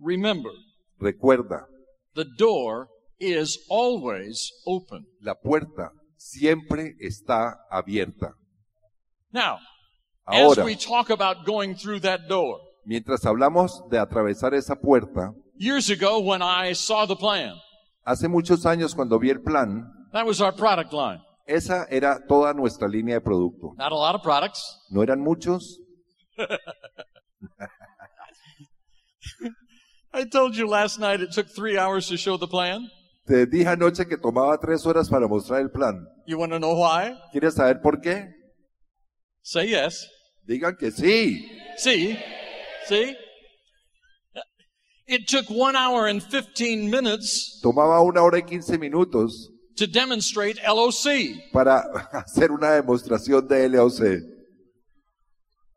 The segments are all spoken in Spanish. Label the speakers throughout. Speaker 1: Remember,
Speaker 2: Recuerda,
Speaker 1: the door is always open.
Speaker 2: la puerta siempre está abierta.
Speaker 1: Now,
Speaker 2: Ahora,
Speaker 1: as we talk about going through that door,
Speaker 2: mientras hablamos de atravesar esa puerta,
Speaker 1: years ago when I saw the plan,
Speaker 2: hace muchos años cuando vi el plan,
Speaker 1: that was our product line.
Speaker 2: esa era toda nuestra línea de producto.
Speaker 1: Not a lot of products,
Speaker 2: No eran muchos.
Speaker 1: I told you last night it took three hours to show the plan.
Speaker 2: Te dije anoche que tomaba tres horas para mostrar el plan.
Speaker 1: You want to know why?
Speaker 2: ¿Quieres saber por qué?
Speaker 1: Say yes.
Speaker 2: Digan que sí.
Speaker 1: See? See? It took one hour and 15 minutes
Speaker 2: Tomaba una hora y quince minutos
Speaker 1: to demonstrate LOC.
Speaker 2: para hacer una demostración de LOC.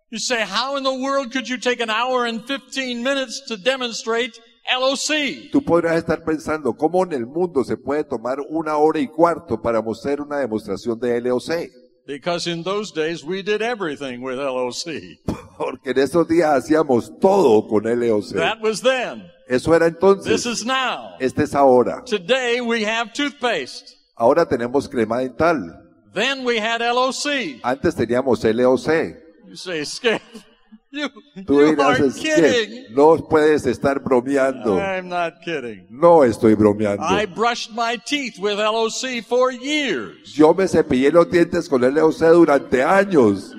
Speaker 1: You say, how in the world could you take an hour and 15 minutes to demonstrate LOC?
Speaker 2: Tú podrás estar pensando cómo en el mundo se puede tomar una hora y cuarto para mostrar una demostración de LOC.
Speaker 1: Because in those days we did everything with LOC.
Speaker 2: Porque en esos días hacíamos todo con LOC.
Speaker 1: That was then.
Speaker 2: Eso era
Speaker 1: This
Speaker 2: entonces.
Speaker 1: is now.
Speaker 2: Este es ahora.
Speaker 1: Today we have toothpaste.
Speaker 2: Ahora tenemos crema dental.
Speaker 1: Then we had LOC.
Speaker 2: Antes teníamos LOC.
Speaker 1: You say, Skip, you,
Speaker 2: Tú
Speaker 1: you
Speaker 2: dirás,
Speaker 1: are
Speaker 2: "Es que
Speaker 1: kidding.
Speaker 2: no puedes estar bromeando.
Speaker 1: I'm not kidding.
Speaker 2: No estoy bromeando.
Speaker 1: I brushed my teeth with LOC for years.
Speaker 2: Yo me cepillé los dientes con LOC durante años.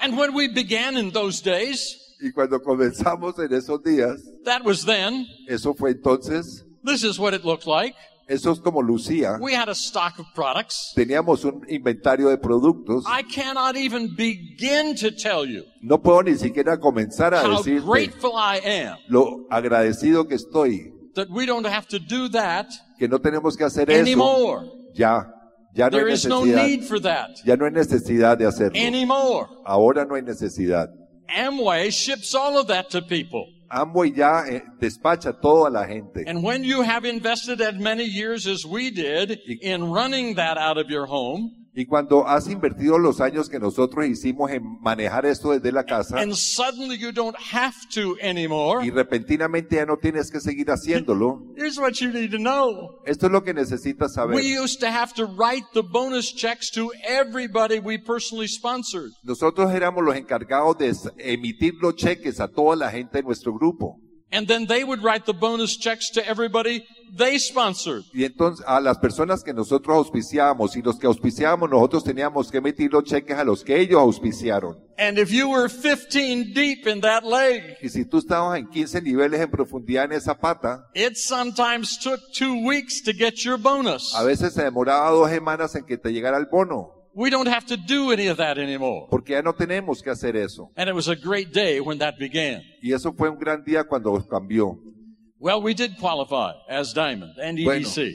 Speaker 1: And when we began in those days,
Speaker 2: Y cuando comenzamos en esos días,
Speaker 1: that was then.
Speaker 2: eso fue entonces.
Speaker 1: This is what it looked like.
Speaker 2: Eso es como lucía.
Speaker 1: We had a stock of products.
Speaker 2: Teníamos un inventario de productos.
Speaker 1: I cannot even begin to tell you
Speaker 2: No puedo ni siquiera comenzar a
Speaker 1: how
Speaker 2: decirte
Speaker 1: grateful I am
Speaker 2: lo agradecido que estoy,
Speaker 1: that we don't have to do that
Speaker 2: que no tenemos que hacer eso.
Speaker 1: anymore.
Speaker 2: Ya, ya no hay
Speaker 1: There is no
Speaker 2: necesidad.
Speaker 1: need for that
Speaker 2: Ya no hay necesidad de hacerlo.
Speaker 1: anymore.
Speaker 2: Ahora no hay necesidad.
Speaker 1: Amway ships all of that to people.
Speaker 2: Amway ya eh, despacha todo a la gente.
Speaker 1: And when you have invested as many years as we did in running that out of your home,
Speaker 2: Y cuando has invertido los años que nosotros hicimos en manejar esto desde la casa
Speaker 1: and suddenly you don't have to anymore,
Speaker 2: y repentinamente ya no tienes que seguir haciéndolo,
Speaker 1: here's what you need to know.
Speaker 2: esto es lo que necesitas saber.
Speaker 1: We used to have to write the bonus checks to everybody we personally sponsored.
Speaker 2: Nosotros éramos los encargados de s- emitir los cheques a toda la gente de nuestro grupo.
Speaker 1: And then they would write the bonus checks to everybody they sponsored.
Speaker 2: Y entonces a las personas que nosotros auspiciábamos y los que auspiciábamos nosotros teníamos que emitir los cheques a los que ellos auspiciaron.
Speaker 1: And if you were 15 deep in that leg,
Speaker 2: Y si tú estabas en 15 niveles en profundidad en esa pata,
Speaker 1: it sometimes took two weeks to get your bonus.
Speaker 2: a veces se demoraba dos semanas en que te llegara el bono,
Speaker 1: We don't have to do any of that anymore.
Speaker 2: porque ya no tenemos que hacer eso.
Speaker 1: And it was a great day when that began.
Speaker 2: Y eso fue un gran día cuando cambió.
Speaker 1: Well, we did qualify as Diamond and E
Speaker 2: Bueno.
Speaker 1: EDC.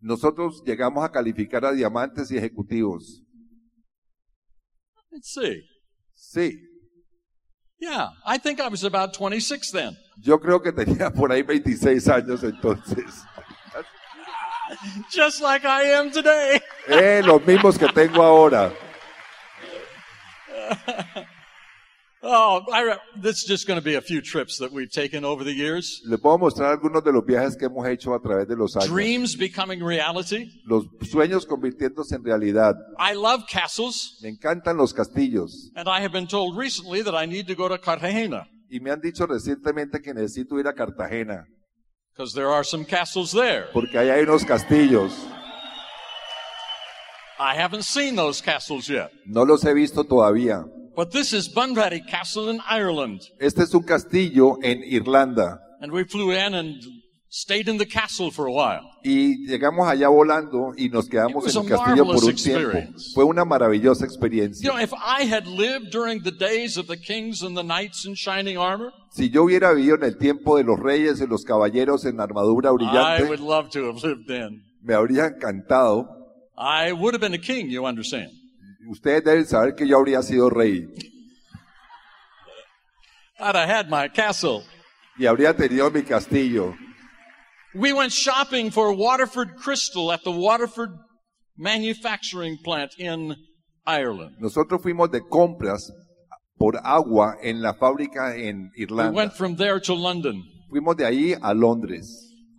Speaker 2: Nosotros llegamos a calificar a diamantes y ejecutivos.
Speaker 1: Let's see.
Speaker 2: Sí,
Speaker 1: Yeah, I think I was about 26 then.
Speaker 2: yo creo que tenía por ahí 26 años entonces.
Speaker 1: Just like I am today.
Speaker 2: Eh, los mismos que tengo ahora.
Speaker 1: Oh, I re- this is just going to be a few trips that we've taken over the years.
Speaker 2: Les puedo mostrar algunos de los viajes que hemos hecho a través de los años.
Speaker 1: Dreams becoming reality.
Speaker 2: Los sueños convirtiéndose en realidad.
Speaker 1: I love castles,
Speaker 2: Me encantan los castillos.
Speaker 1: and I have been told recently that I need to go to Cartagena
Speaker 2: Y me han dicho recientemente que necesito ir a Cartagena,
Speaker 1: because there are some castles there.
Speaker 2: porque ahí hay unos castillos.
Speaker 1: I haven't seen those castles yet.
Speaker 2: No los he visto todavía.
Speaker 1: But this is Bunratty Castle in Ireland.
Speaker 2: Este es un castillo en Irlanda.
Speaker 1: And we flew in and stayed in the castle for a while.
Speaker 2: Y llegamos allá volando y nos
Speaker 1: It
Speaker 2: quedamos
Speaker 1: was
Speaker 2: en el
Speaker 1: a
Speaker 2: castillo por un
Speaker 1: marvelous
Speaker 2: tiempo.
Speaker 1: experience.
Speaker 2: Fue una maravillosa
Speaker 1: You
Speaker 2: experiencia.
Speaker 1: know, if I had lived during the days of the kings and the knights in shining armor,
Speaker 2: Si yo hubiera vivido en el tiempo de los reyes y los caballeros en armadura
Speaker 1: I would
Speaker 2: brillante,
Speaker 1: love to have lived then.
Speaker 2: me habría encantado
Speaker 1: I would have been a king, you understand.
Speaker 2: Ustedes deben saber que yo habría sido rey
Speaker 1: I'd have had my castle.
Speaker 2: y habría tenido mi castillo.
Speaker 1: We went shopping for Waterford Crystal at the Waterford manufacturing plant in Ireland.
Speaker 2: Nosotros fuimos de compras por agua en la fábrica en
Speaker 1: We
Speaker 2: Irlanda.
Speaker 1: went from there to London.
Speaker 2: Fuimos de ahí a Londres.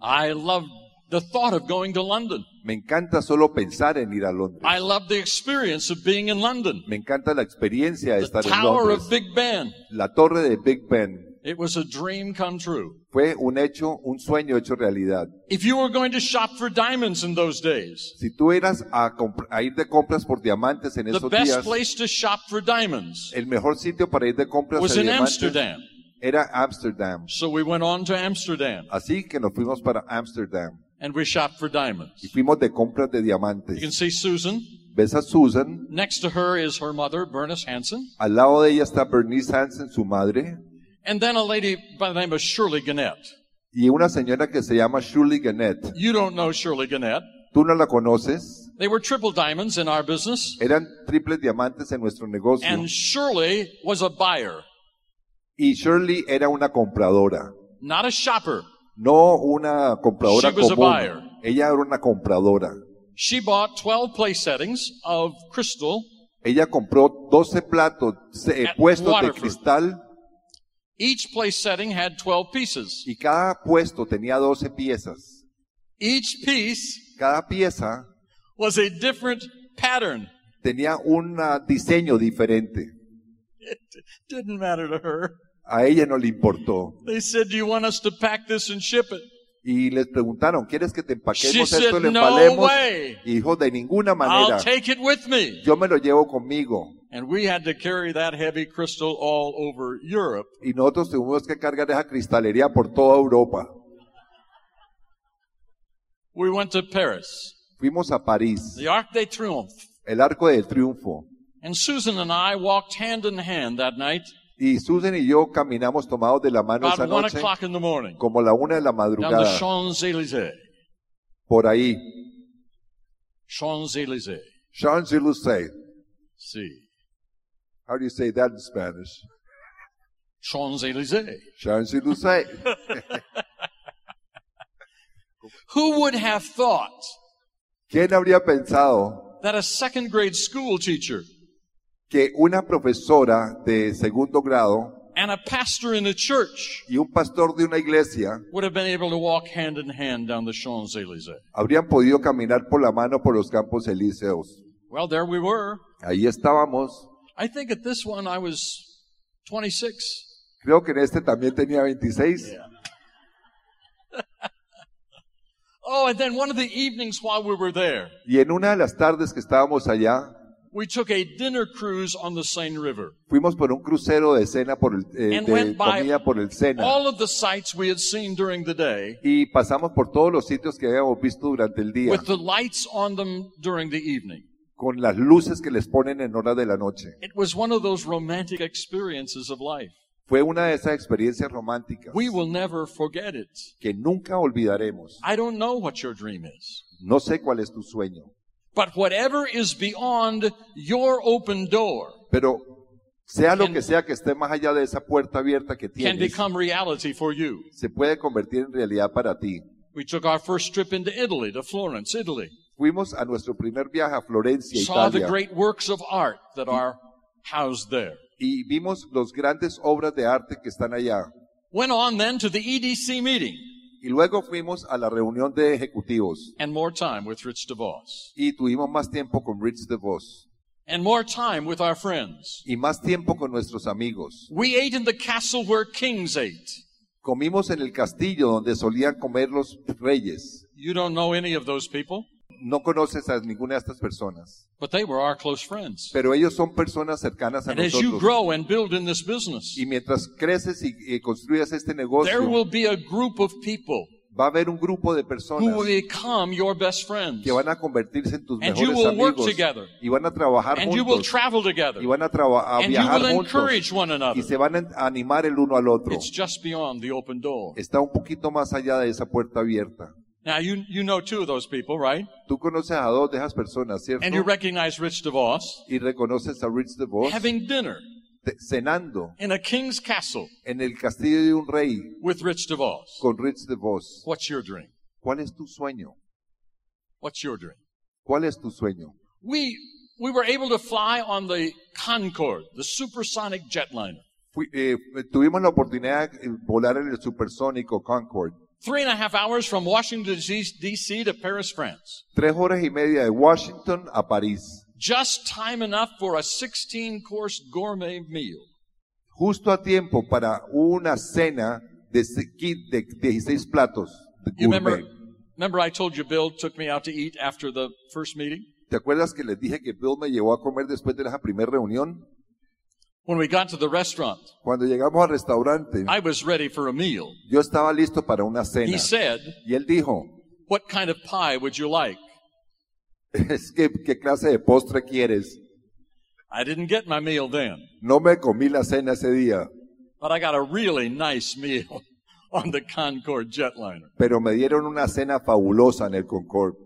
Speaker 1: I loved the thought of going to London.
Speaker 2: Me encanta solo pensar en ir a Londres.
Speaker 1: I loved the experience of being in London.
Speaker 2: Me encanta la experiencia de
Speaker 1: The
Speaker 2: estar en
Speaker 1: Tower
Speaker 2: Londres.
Speaker 1: of Big Ben.
Speaker 2: La torre de Big Ben
Speaker 1: It was a dream come true.
Speaker 2: fue un hecho, un sueño hecho realidad.
Speaker 1: If you were going to shop for diamonds in those days,
Speaker 2: Si tú eras a, compr- a ir de compras por diamantes en
Speaker 1: the
Speaker 2: esos
Speaker 1: best
Speaker 2: días,
Speaker 1: place to shop for diamonds
Speaker 2: el mejor sitio para ir de compras
Speaker 1: was
Speaker 2: a
Speaker 1: in
Speaker 2: diamantes
Speaker 1: Amsterdam.
Speaker 2: era Amsterdam.
Speaker 1: So we went on to Amsterdam
Speaker 2: Así que nos fuimos para Amsterdam
Speaker 1: and we shopped for diamonds.
Speaker 2: y fuimos de compras de
Speaker 1: You can
Speaker 2: diamantes.
Speaker 1: see Susan.
Speaker 2: Ves a Susan,
Speaker 1: Next to her is her mother, Bernice Hansen,
Speaker 2: al lado de ella está Bernice Hansen, su madre,
Speaker 1: and then a lady by the name of Shirley Gannett.
Speaker 2: y una señora que se llama Shirley Gannett.
Speaker 1: You don't know Shirley Gannett.
Speaker 2: Tú no la conoces,
Speaker 1: They were triple diamonds in our business,
Speaker 2: eran triples diamantes en nuestro negocio
Speaker 1: and Shirley was a buyer,
Speaker 2: y Shirley era una compradora,
Speaker 1: not a shopper.
Speaker 2: no una compradora
Speaker 1: She was a buyer.
Speaker 2: común. Ella era una compradora.
Speaker 1: She bought 12 place settings of crystal,
Speaker 2: Ella compró 12 platos se- eh,
Speaker 1: At
Speaker 2: puestos
Speaker 1: Waterford.
Speaker 2: de cristal
Speaker 1: Each place setting had 12 pieces.
Speaker 2: y cada puesto tenía 12 piezas.
Speaker 1: Each piece
Speaker 2: Cada pieza
Speaker 1: was a different pattern.
Speaker 2: tenía un ah, diseño diferente.
Speaker 1: It didn't matter to her.
Speaker 2: A ella no le importó.
Speaker 1: They said, Do you want us to pack this and ship it?
Speaker 2: Y les preguntaron, ¿quieres que te
Speaker 1: She
Speaker 2: empaquemos
Speaker 1: said,
Speaker 2: esto, lo
Speaker 1: No
Speaker 2: empalemos?
Speaker 1: way.
Speaker 2: Y dijo, de ninguna manera,
Speaker 1: I'll take it with me.
Speaker 2: yo me lo llevo conmigo.
Speaker 1: And we had to carry that heavy crystal all over Europe.
Speaker 2: Y nosotros tuvimos que cargar esa cristalería por toda Europa.
Speaker 1: We went to Paris,
Speaker 2: Fuimos a París,
Speaker 1: the Arc de Triomphe.
Speaker 2: el Arco del Triunfo.
Speaker 1: And Susan and I walked hand in hand that night,
Speaker 2: Y Susan y yo caminamos tomados de la mano esa
Speaker 1: about one
Speaker 2: noche,
Speaker 1: o'clock in the morning,
Speaker 2: como la una de la
Speaker 1: down the
Speaker 2: madrugada,
Speaker 1: Champs Elysees.
Speaker 2: por ahí.
Speaker 1: Champs Elysees.
Speaker 2: Champs-Élysées.
Speaker 1: See.
Speaker 2: How do you say that in Spanish?
Speaker 1: Champs Elysees.
Speaker 2: Champs-Élysées.
Speaker 1: Who would have thought
Speaker 2: ¿Quién habría pensado
Speaker 1: that a second grade school teacher
Speaker 2: que una profesora de segundo grado
Speaker 1: and a pastor in a church
Speaker 2: y un pastor de una iglesia
Speaker 1: would have been able to walk hand in hand down the Champs Elysees?
Speaker 2: habrían podido caminar por la mano por los campos elíseos?
Speaker 1: Well, there we were.
Speaker 2: Ahí estábamos.
Speaker 1: I think at this one I was 26.
Speaker 2: Creo que en este también tenía 26.
Speaker 1: Oh, and then one of the evenings while we were there,
Speaker 2: Y en una de las tardes que estábamos allá,
Speaker 1: we took a dinner cruise on the Seine River.
Speaker 2: fuimos por un crucero de cena por el, eh,
Speaker 1: And
Speaker 2: de
Speaker 1: went by
Speaker 2: comida por el Sena
Speaker 1: All of the sights we had seen during the day,
Speaker 2: y pasamos por todos los sitios que habíamos visto durante el día
Speaker 1: with the lights on them during the evening.
Speaker 2: con las luces que les ponen en horas de la noche.
Speaker 1: It was one of those romantic experiences of life.
Speaker 2: Fue una de esas experiencias románticas
Speaker 1: We will never forget it.
Speaker 2: que nunca olvidaremos.
Speaker 1: I don't know what your dream is,
Speaker 2: No sé cuál es tu sueño,
Speaker 1: but whatever is beyond your open door
Speaker 2: pero sea lo
Speaker 1: Can-
Speaker 2: que sea que esté más allá de esa puerta abierta que
Speaker 1: can
Speaker 2: tienes,
Speaker 1: become reality for you.
Speaker 2: se puede convertir en realidad para ti.
Speaker 1: We took our first trip into Italy, to Florence, Italy.
Speaker 2: Fuimos a nuestro primer viaje a Florencia,
Speaker 1: Saw the
Speaker 2: Italia,
Speaker 1: great works of art that are housed there.
Speaker 2: y vimos las grandes obras de arte que están allá.
Speaker 1: Went on then to the EDC meeting
Speaker 2: Y luego fuimos a la reunión de ejecutivos
Speaker 1: and more time with Rich DeVos
Speaker 2: y tuvimos más tiempo con Rich DeVos
Speaker 1: and more time with our friends.
Speaker 2: y más tiempo con nuestros amigos.
Speaker 1: We ate in the castle where kings ate.
Speaker 2: Comimos en el castillo donde solían comer los reyes.
Speaker 1: You don't know any of those people,
Speaker 2: No conoces a ninguna de estas personas,
Speaker 1: but they were our close friends.
Speaker 2: pero ellos son personas cercanas a
Speaker 1: And as you
Speaker 2: nosotros.
Speaker 1: grow and build in this business,
Speaker 2: Y mientras creces y, y construyes este
Speaker 1: there
Speaker 2: negocio,
Speaker 1: will be a group of people
Speaker 2: va a haber un grupo de
Speaker 1: who
Speaker 2: personas
Speaker 1: will become your best friends.
Speaker 2: que van a convertirse en tus
Speaker 1: And you
Speaker 2: mejores
Speaker 1: will work
Speaker 2: amigos
Speaker 1: together.
Speaker 2: y van a trabajar
Speaker 1: And you will
Speaker 2: juntos
Speaker 1: travel together.
Speaker 2: y van a, traba- a
Speaker 1: And you
Speaker 2: viajar
Speaker 1: will encourage
Speaker 2: juntos
Speaker 1: one another.
Speaker 2: y se van a animar el uno al otro.
Speaker 1: It's just beyond the open door.
Speaker 2: está un poquito más allá de esa puerta abierta.
Speaker 1: Now, you, you know two of those people, right?
Speaker 2: Tú conoces a dos de esas personas, ¿cierto?
Speaker 1: And you recognize Rich DeVos
Speaker 2: y reconoces a Rich DeVos
Speaker 1: having dinner
Speaker 2: te- cenando
Speaker 1: in a king's castle
Speaker 2: en el castillo de un rey
Speaker 1: with Rich DeVos.
Speaker 2: con Rich DeVos.
Speaker 1: What's your dream?
Speaker 2: ¿Cuál es tu sueño?
Speaker 1: What's your dream?
Speaker 2: ¿Cuál es tu sueño?
Speaker 1: We, we were able to fly on the Concorde, the supersonic jetliner.
Speaker 2: Fui- eh, tuvimos la oportunidad de volar en el supersónico Concorde.
Speaker 1: Three and a half hours from Washington, D.C. to Paris, France.
Speaker 2: Tres horas y media de Washington a París.
Speaker 1: Just time enough for a 16 course gourmet meal.
Speaker 2: Justo a tiempo para una cena de, se- qui- de 16 platos. de
Speaker 1: You remember,
Speaker 2: gourmet.
Speaker 1: remember I told you Bill took me out to eat after the first meeting?
Speaker 2: ¿Te acuerdas que les dije que Bill me llevó a comer después de esa primera reunión?
Speaker 1: When we got to the restaurant,
Speaker 2: Cuando llegamos al restaurante,
Speaker 1: I was ready for a meal.
Speaker 2: yo estaba listo para una cena.
Speaker 1: He said,
Speaker 2: Y él dijo,
Speaker 1: What kind of pie would you like?
Speaker 2: es que, ¿qué clase de postre quieres?
Speaker 1: I didn't get my meal then,
Speaker 2: No me comí la cena ese día,
Speaker 1: but I got a really nice meal on the Concorde jetliner.
Speaker 2: pero me dieron una cena fabulosa en el Concorde.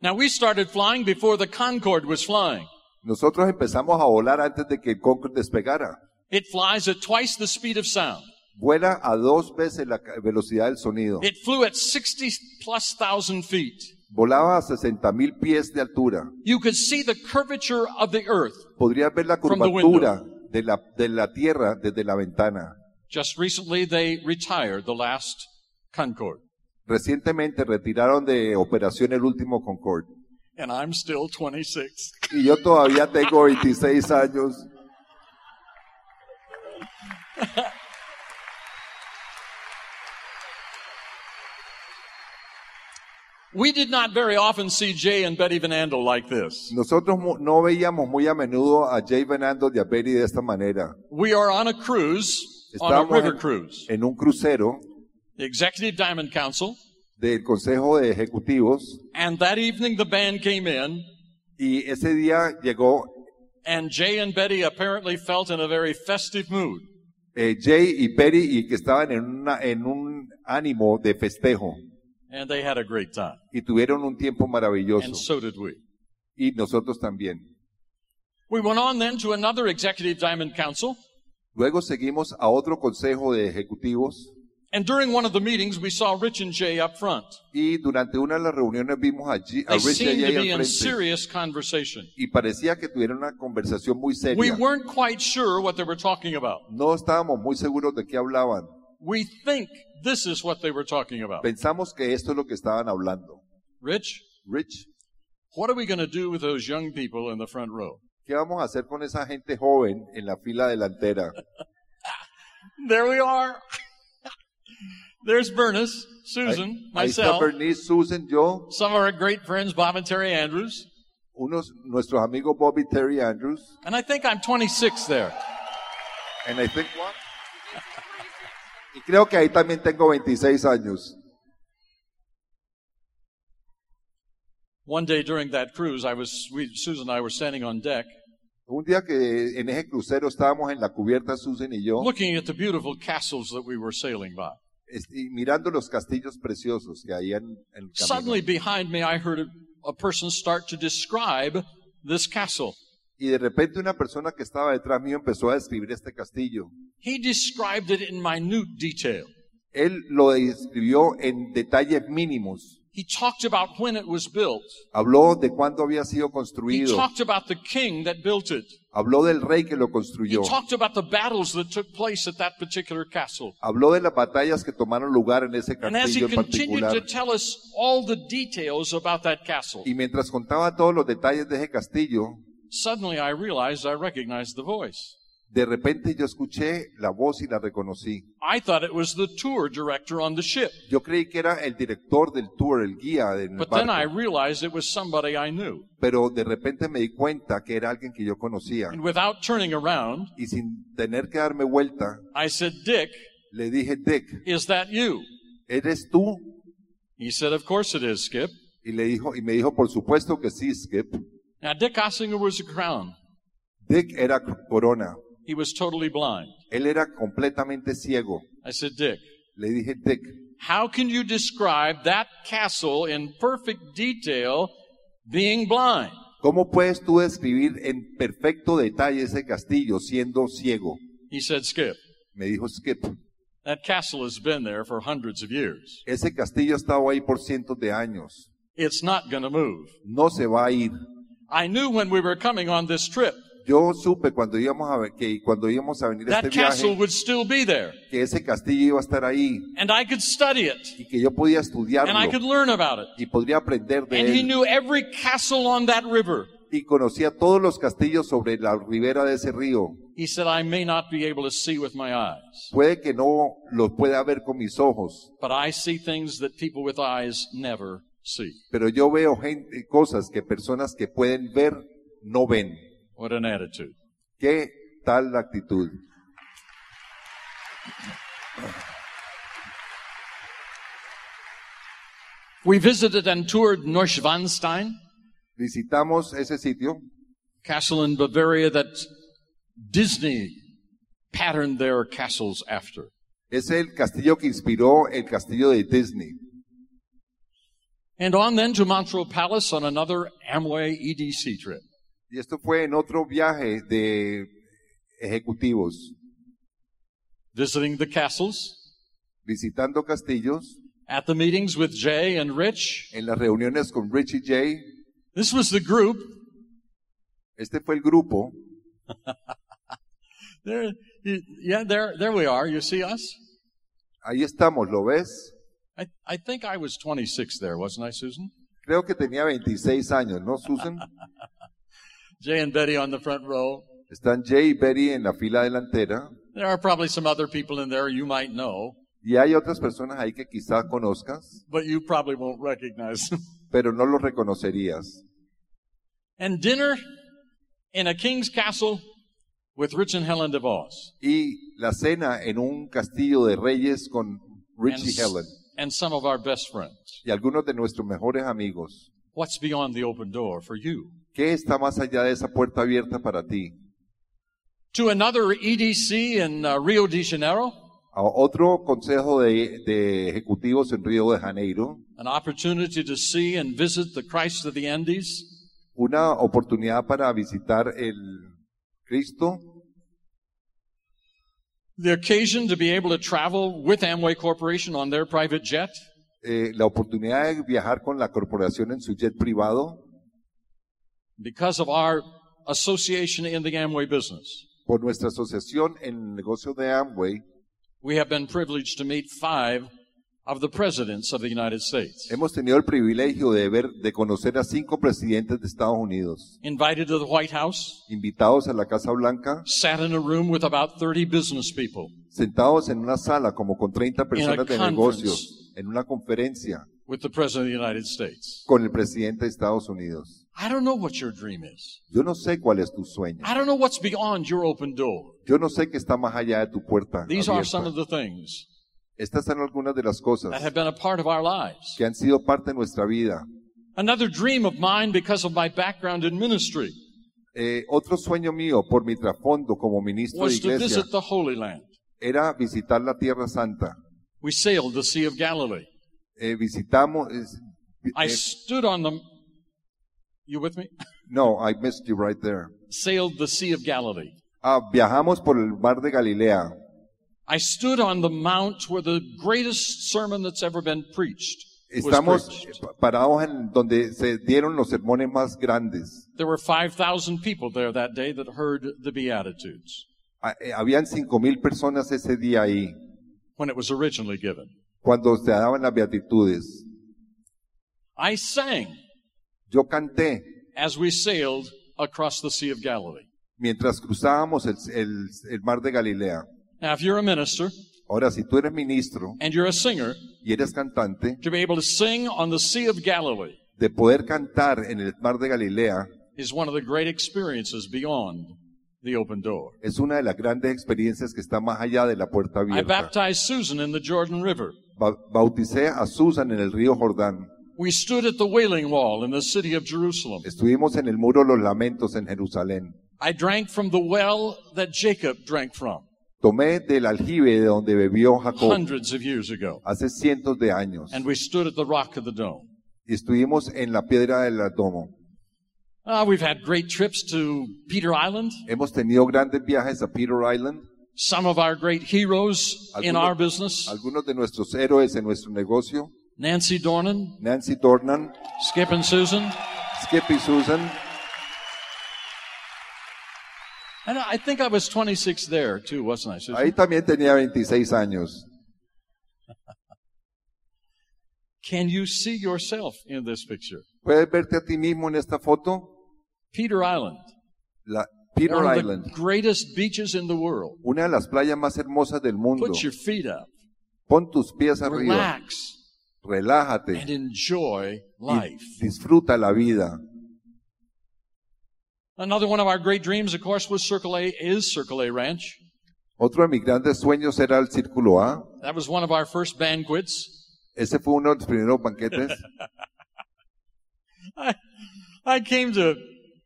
Speaker 1: Now we started flying before the Concorde was flying.
Speaker 2: Nosotros empezamos a volar antes de que el Concorde despegara.
Speaker 1: It flies at twice the speed of sound.
Speaker 2: Vuela a dos veces la ca- velocidad del sonido.
Speaker 1: It flew at 60 plus thousand feet.
Speaker 2: Volaba a 60.000 mil pies de altura.
Speaker 1: You could see the curvature of the earth.
Speaker 2: Podrías ver la
Speaker 1: From the
Speaker 2: curvatura de la, de la Tierra desde la ventana.
Speaker 1: Just recently they retired the last Concorde.
Speaker 2: Recientemente retiraron de operación el último Concorde.
Speaker 1: And I'm still 26.
Speaker 2: Y yo todavía tengo 26 años.
Speaker 1: We did not very often see Jay and Betty Van Andel like this.
Speaker 2: Nosotros mu- no veíamos muy a menudo a Jay Venando de Aberi de esta manera.
Speaker 1: We are on a cruise, on a
Speaker 2: Estábamos
Speaker 1: river
Speaker 2: en-
Speaker 1: cruise.
Speaker 2: en un crucero
Speaker 1: The Executive Diamond Council.
Speaker 2: del Consejo de Ejecutivos
Speaker 1: And that evening the band came in
Speaker 2: y ese día llegó
Speaker 1: and Jay and Betty apparently felt in a very festive mood.
Speaker 2: eh, Jay y Perry y que estaban en, una- en un ánimo de festejo
Speaker 1: And they had a great time.
Speaker 2: y tuvieron un tiempo
Speaker 1: And
Speaker 2: maravilloso
Speaker 1: so did we.
Speaker 2: y nosotros también.
Speaker 1: We went on then to another Executive Diamond Council.
Speaker 2: Luego seguimos a otro Consejo de Ejecutivos
Speaker 1: And during one of the meetings, we saw Rich and Jay up front.
Speaker 2: y durante una de las reuniones vimos a, G-
Speaker 1: They
Speaker 2: a Uh, Rich y a
Speaker 1: seemed to
Speaker 2: Jay
Speaker 1: be
Speaker 2: al
Speaker 1: in
Speaker 2: frente
Speaker 1: serious conversation.
Speaker 2: y parecía que tuvieron una conversación muy
Speaker 1: We
Speaker 2: seria.
Speaker 1: weren't quite sure what they were talking about.
Speaker 2: No estábamos muy seguros de qué hablaban.
Speaker 1: We think this is what they were talking about.
Speaker 2: Pensamos que esto es lo que estaban hablando.
Speaker 1: Rich,
Speaker 2: Rich,
Speaker 1: what are we going to do with those young people in the front row?
Speaker 2: ¿qué vamos a hacer con esa gente joven en la fila delantera?
Speaker 1: There we are. There's Bernice, Susan,
Speaker 2: Ahí, ahí está
Speaker 1: myself,
Speaker 2: Bernice, Susan, yo,
Speaker 1: some of our great friends, Bob and Terry Andrews.
Speaker 2: unos, nuestros amigos Bobby, Terry, Andrews.
Speaker 1: And I think I'm 26 there.
Speaker 2: And I think what? Y creo que ahí también tengo 26 años.
Speaker 1: One day during that cruise, I was, we, Susan and I were standing on deck
Speaker 2: Un día que en ese crucero estábamos en la cubierta, Susan y yo,
Speaker 1: looking at the beautiful castles that we were sailing by.
Speaker 2: es- y mirando los castillos preciosos que hay en en el camino.
Speaker 1: Suddenly behind me, I heard a, a person start to describe this castle.
Speaker 2: Y de repente una persona que estaba detrás mío empezó a describir este castillo.
Speaker 1: He described it in minute detail.
Speaker 2: Él lo describió en detalles mínimos.
Speaker 1: He talked about when it was built.
Speaker 2: Habló de cuándo había sido
Speaker 1: He
Speaker 2: construido.
Speaker 1: talked about the king that built it.
Speaker 2: Habló del rey que lo
Speaker 1: He
Speaker 2: construyó.
Speaker 1: talked about the battles that took place at that particular castle.
Speaker 2: Habló de las batallas que tomaron lugar en ese
Speaker 1: And as he
Speaker 2: castillo en
Speaker 1: continued to
Speaker 2: particular.
Speaker 1: tell us all the details about that castle,
Speaker 2: Y mientras contaba todos los detalles de ese castillo,
Speaker 1: suddenly I realized I recognized the voice.
Speaker 2: de repente yo escuché la voz y la reconocí.
Speaker 1: I thought it was the tour director on the ship,
Speaker 2: Yo creí que era el director del tour, el guía del
Speaker 1: but then I
Speaker 2: barco,
Speaker 1: realized it was somebody I knew.
Speaker 2: pero de repente me di cuenta que era alguien que yo conocía.
Speaker 1: And without turning around,
Speaker 2: Y sin tener que darme vuelta,
Speaker 1: I said, Dick,
Speaker 2: le dije, Dick,
Speaker 1: is that you?
Speaker 2: ¿eres tú?
Speaker 1: He said, Of course it is, Skip.
Speaker 2: Y, le dijo, y me dijo, por supuesto que sí, Skip.
Speaker 1: Now, Dick Ossinger was a crown.
Speaker 2: Dick era corona.
Speaker 1: He was totally blind.
Speaker 2: Él era completamente ciego.
Speaker 1: I said, Dick,
Speaker 2: Le dije, Dick,
Speaker 1: how can you describe that castle in perfect detail being blind?
Speaker 2: ¿cómo puedes tú describir en perfecto detalle ese castillo siendo ciego?
Speaker 1: He said, Skip,
Speaker 2: Me dijo Skip,
Speaker 1: that castle has been there for hundreds of years.
Speaker 2: ese castillo ha estado ahí por cientos de años.
Speaker 1: it's not going to move.
Speaker 2: no se va a ir.
Speaker 1: I knew when we were coming on this trip,
Speaker 2: Yo supe cuando íbamos a ver- que cuando íbamos a venir a este
Speaker 1: that castle
Speaker 2: viaje
Speaker 1: would still be there.
Speaker 2: que ese castillo iba a estar ahí
Speaker 1: And I could study it.
Speaker 2: y que yo podía
Speaker 1: And I
Speaker 2: estudiarlo
Speaker 1: could learn about it.
Speaker 2: y podría aprender de
Speaker 1: And he
Speaker 2: él
Speaker 1: knew every castle on that river.
Speaker 2: y conocía todos los castillos sobre la ribera de ese río.
Speaker 1: He said, I may not be able to see with my eyes,
Speaker 2: Puede que no los pueda ver con mis ojos,
Speaker 1: but I see things that people with eyes never see.
Speaker 2: pero yo veo gente, cosas que personas que pueden ver no ven.
Speaker 1: What an attitude.
Speaker 2: ¿Qué tal la actitud?
Speaker 1: We visited and toured Neuschwanstein,
Speaker 2: Visitamos ese sitio,
Speaker 1: castle in Bavaria that Disney patterned their castles after.
Speaker 2: es el castillo que inspiró el castillo de Disney.
Speaker 1: And on then to Montreal Palace on another Amway EDC trip.
Speaker 2: Y esto fue en otro viaje de ejecutivos,
Speaker 1: Visiting the castles,
Speaker 2: visitando castillos,
Speaker 1: at the meetings with Jay and Rich.
Speaker 2: en las reuniones con Richie J.
Speaker 1: This was the group.
Speaker 2: Este fue el grupo.
Speaker 1: There, y- yeah, there, there we are. You see us?
Speaker 2: Ahí estamos, ¿lo ves?
Speaker 1: I, I think I was 26 there, wasn't I, Susan?
Speaker 2: Creo que tenía 26 años, ¿no, Susan?
Speaker 1: Jay and Betty on the front row.
Speaker 2: Están Jay y Betty en la fila delantera.
Speaker 1: There are probably some other people in there you might know,
Speaker 2: Y hay otras personas ahí que quizás conozcas,
Speaker 1: but you probably won't recognize them.
Speaker 2: pero no los reconocerías.
Speaker 1: And dinner in a king's castle with Rich and Helen DeVos.
Speaker 2: Y la cena en un castillo de reyes con
Speaker 1: And,
Speaker 2: Richie
Speaker 1: s-
Speaker 2: Helen
Speaker 1: and some of our best friends.
Speaker 2: y algunos de nuestros mejores amigos.
Speaker 1: What's beyond the open door for you?
Speaker 2: ¿Qué está más allá de esa puerta abierta para ti?
Speaker 1: To another EDC in uh, Rio de Janeiro.
Speaker 2: A Ah, otro consejo de, de ejecutivos en Río de Janeiro,
Speaker 1: an opportunity to see and visit the Christ of the Andes,
Speaker 2: una oportunidad para visitar el Cristo,
Speaker 1: the occasion to be able to travel with Amway Corporation on their private jet,
Speaker 2: eh, la oportunidad de viajar con la corporación en su jet privado
Speaker 1: because of our association in the Amway business.
Speaker 2: por nuestra asociación en el negocio de Amway.
Speaker 1: We have been privileged to meet five of the presidents of the United States,
Speaker 2: Hemos tenido el privilegio de ver, de conocer a cinco presidentes de Estados Unidos,
Speaker 1: invited to the White House,
Speaker 2: invitados a la Casa Blanca,
Speaker 1: sat in a room with about 30 business people,
Speaker 2: sentados en una sala como con 30 personas de
Speaker 1: conference.
Speaker 2: negocios, en una conferencia
Speaker 1: with the President of the United States.
Speaker 2: con el presidente de Estados Unidos.
Speaker 1: I don't know what your dream is.
Speaker 2: Yo no sé cuál es tu sueño.
Speaker 1: I don't know what's beyond your open door.
Speaker 2: Yo no sé qué está más allá de tu puerta.
Speaker 1: These are some of
Speaker 2: Abierta.
Speaker 1: the things
Speaker 2: Estas son algunas de las
Speaker 1: that
Speaker 2: cosas
Speaker 1: have been a part of our lives.
Speaker 2: que han sido parte de nuestra vida.
Speaker 1: Another dream of mine because of my background in ministry
Speaker 2: Eh, otro sueño mío por mi trasfondo como ministro de
Speaker 1: was to
Speaker 2: iglesia
Speaker 1: visit the Holy Land.
Speaker 2: era visitar la Tierra Santa.
Speaker 1: We sailed the Sea of Galilee.
Speaker 2: Eh, visitamos. es-
Speaker 1: I
Speaker 2: eh,
Speaker 1: stood on the You with me?
Speaker 2: no, I missed you right there.
Speaker 1: Sailed the Sea of Galilee.
Speaker 2: Ah, viajamos por el mar de Galilea.
Speaker 1: I stood on the mount where the greatest sermon that's ever been preached was
Speaker 2: Estamos
Speaker 1: preached.
Speaker 2: eh, parados en donde se dieron los sermones más grandes.
Speaker 1: There were 5,000 people there that day that heard the Beatitudes
Speaker 2: Ah, eh, habían cinco mil personas ese día ahí
Speaker 1: when it was originally given.
Speaker 2: cuando se daban las beatitudes.
Speaker 1: I sang
Speaker 2: Yo canté
Speaker 1: as we sailed across the Sea of Galilee.
Speaker 2: mientras cruzábamos el, el- el mar de Galilea.
Speaker 1: Now, if you're a minister
Speaker 2: Ahora, si tú eres ministro
Speaker 1: and you're a singer,
Speaker 2: y eres cantante,
Speaker 1: to be able to sing on the Sea of Galilee
Speaker 2: de poder cantar en el mar de Galilea
Speaker 1: is one of the great experiences beyond the open door.
Speaker 2: es una de las grandes experiencias que está más allá de la puerta
Speaker 1: I
Speaker 2: abierta.
Speaker 1: baptized Susan in the Jordan River.
Speaker 2: Ba- Bauticé a Susan en el río Jordán.
Speaker 1: We stood at the Wailing Wall in the city of Jerusalem.
Speaker 2: Estuvimos en el muro de los lamentos en Jerusalén.
Speaker 1: I drank from the well that Jacob drank from
Speaker 2: Tomé del aljibe de donde bebió Jacob
Speaker 1: hundreds of years ago.
Speaker 2: hace cientos de años.
Speaker 1: And we stood at the Rock of the Dome.
Speaker 2: Y estuvimos en la piedra del Adomo.
Speaker 1: Ah, we've had great trips to Peter Island.
Speaker 2: Hemos tenido grandes viajes a Peter Island.
Speaker 1: Some of our great heroes in
Speaker 2: Algunos-
Speaker 1: our business
Speaker 2: Algunos de nuestros héroes en nuestro negocio
Speaker 1: Nancy Dornan,
Speaker 2: Nancy Dornan,
Speaker 1: Skip and Susan.
Speaker 2: Skippy Susan.
Speaker 1: And I I think I was 26 there too, wasn't I, Susan?
Speaker 2: Ahí también tenía 26 años.
Speaker 1: Can you see yourself in this picture?
Speaker 2: ¿Puedes verte a ti mismo en esta foto?
Speaker 1: Peter Island,
Speaker 2: La Peter
Speaker 1: one of the
Speaker 2: Island,
Speaker 1: greatest beaches in the world.
Speaker 2: una de las playas más hermosas del mundo.
Speaker 1: Put your feet up,
Speaker 2: Pon tus pies arriba,
Speaker 1: relax,
Speaker 2: relájate
Speaker 1: and enjoy
Speaker 2: y
Speaker 1: life.
Speaker 2: disfruta la vida.
Speaker 1: Another one of our great dreams, of course, was Circle A, is Circle A Ranch.
Speaker 2: Otro de mis grandes sueños era el Círculo A.
Speaker 1: That was one of our first banquets.
Speaker 2: Ese fue uno de los primeros banquetes.
Speaker 1: I, I came to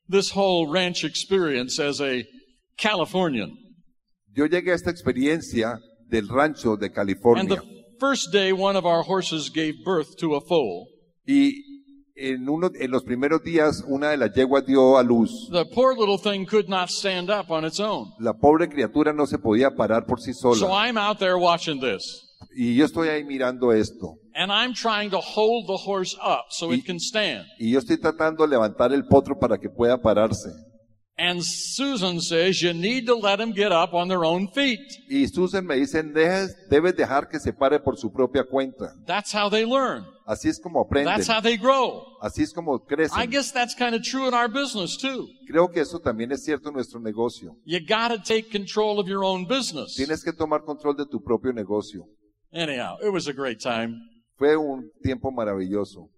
Speaker 1: this whole ranch experience as a Californian.
Speaker 2: Yo llegué a esta experiencia del rancho de
Speaker 1: And
Speaker 2: California
Speaker 1: the first day, one of our horses gave birth to a foal.
Speaker 2: y en, uno, en los primeros días una de las yeguas dio a luz.
Speaker 1: The poor little thing could not stand up on its own.
Speaker 2: La pobre criatura no se podía parar por sí
Speaker 1: So
Speaker 2: sola.
Speaker 1: I'm out there watching this.
Speaker 2: Y yo estoy ahí mirando esto.
Speaker 1: And I'm trying to hold the horse up so it can stand.
Speaker 2: Y yo estoy tratando de levantar el potro para que pueda pararse.
Speaker 1: And Susan says, you need to let them get up on their own feet.
Speaker 2: Y Susan me dice, "Dejes- debes dejar que se pare por su propia cuenta.
Speaker 1: That's how they learn.
Speaker 2: Así es como aprenden.
Speaker 1: That's how they grow.
Speaker 2: Así es como
Speaker 1: I
Speaker 2: crecen.
Speaker 1: guess that's kind of true in our business too.
Speaker 2: Creo que eso también es cierto en nuestro negocio.
Speaker 1: You gotta take control of your own business.
Speaker 2: Tienes que tomar control de tu propio negocio.
Speaker 1: Anyhow, it was a great time.
Speaker 2: Fue un tiempo maravilloso.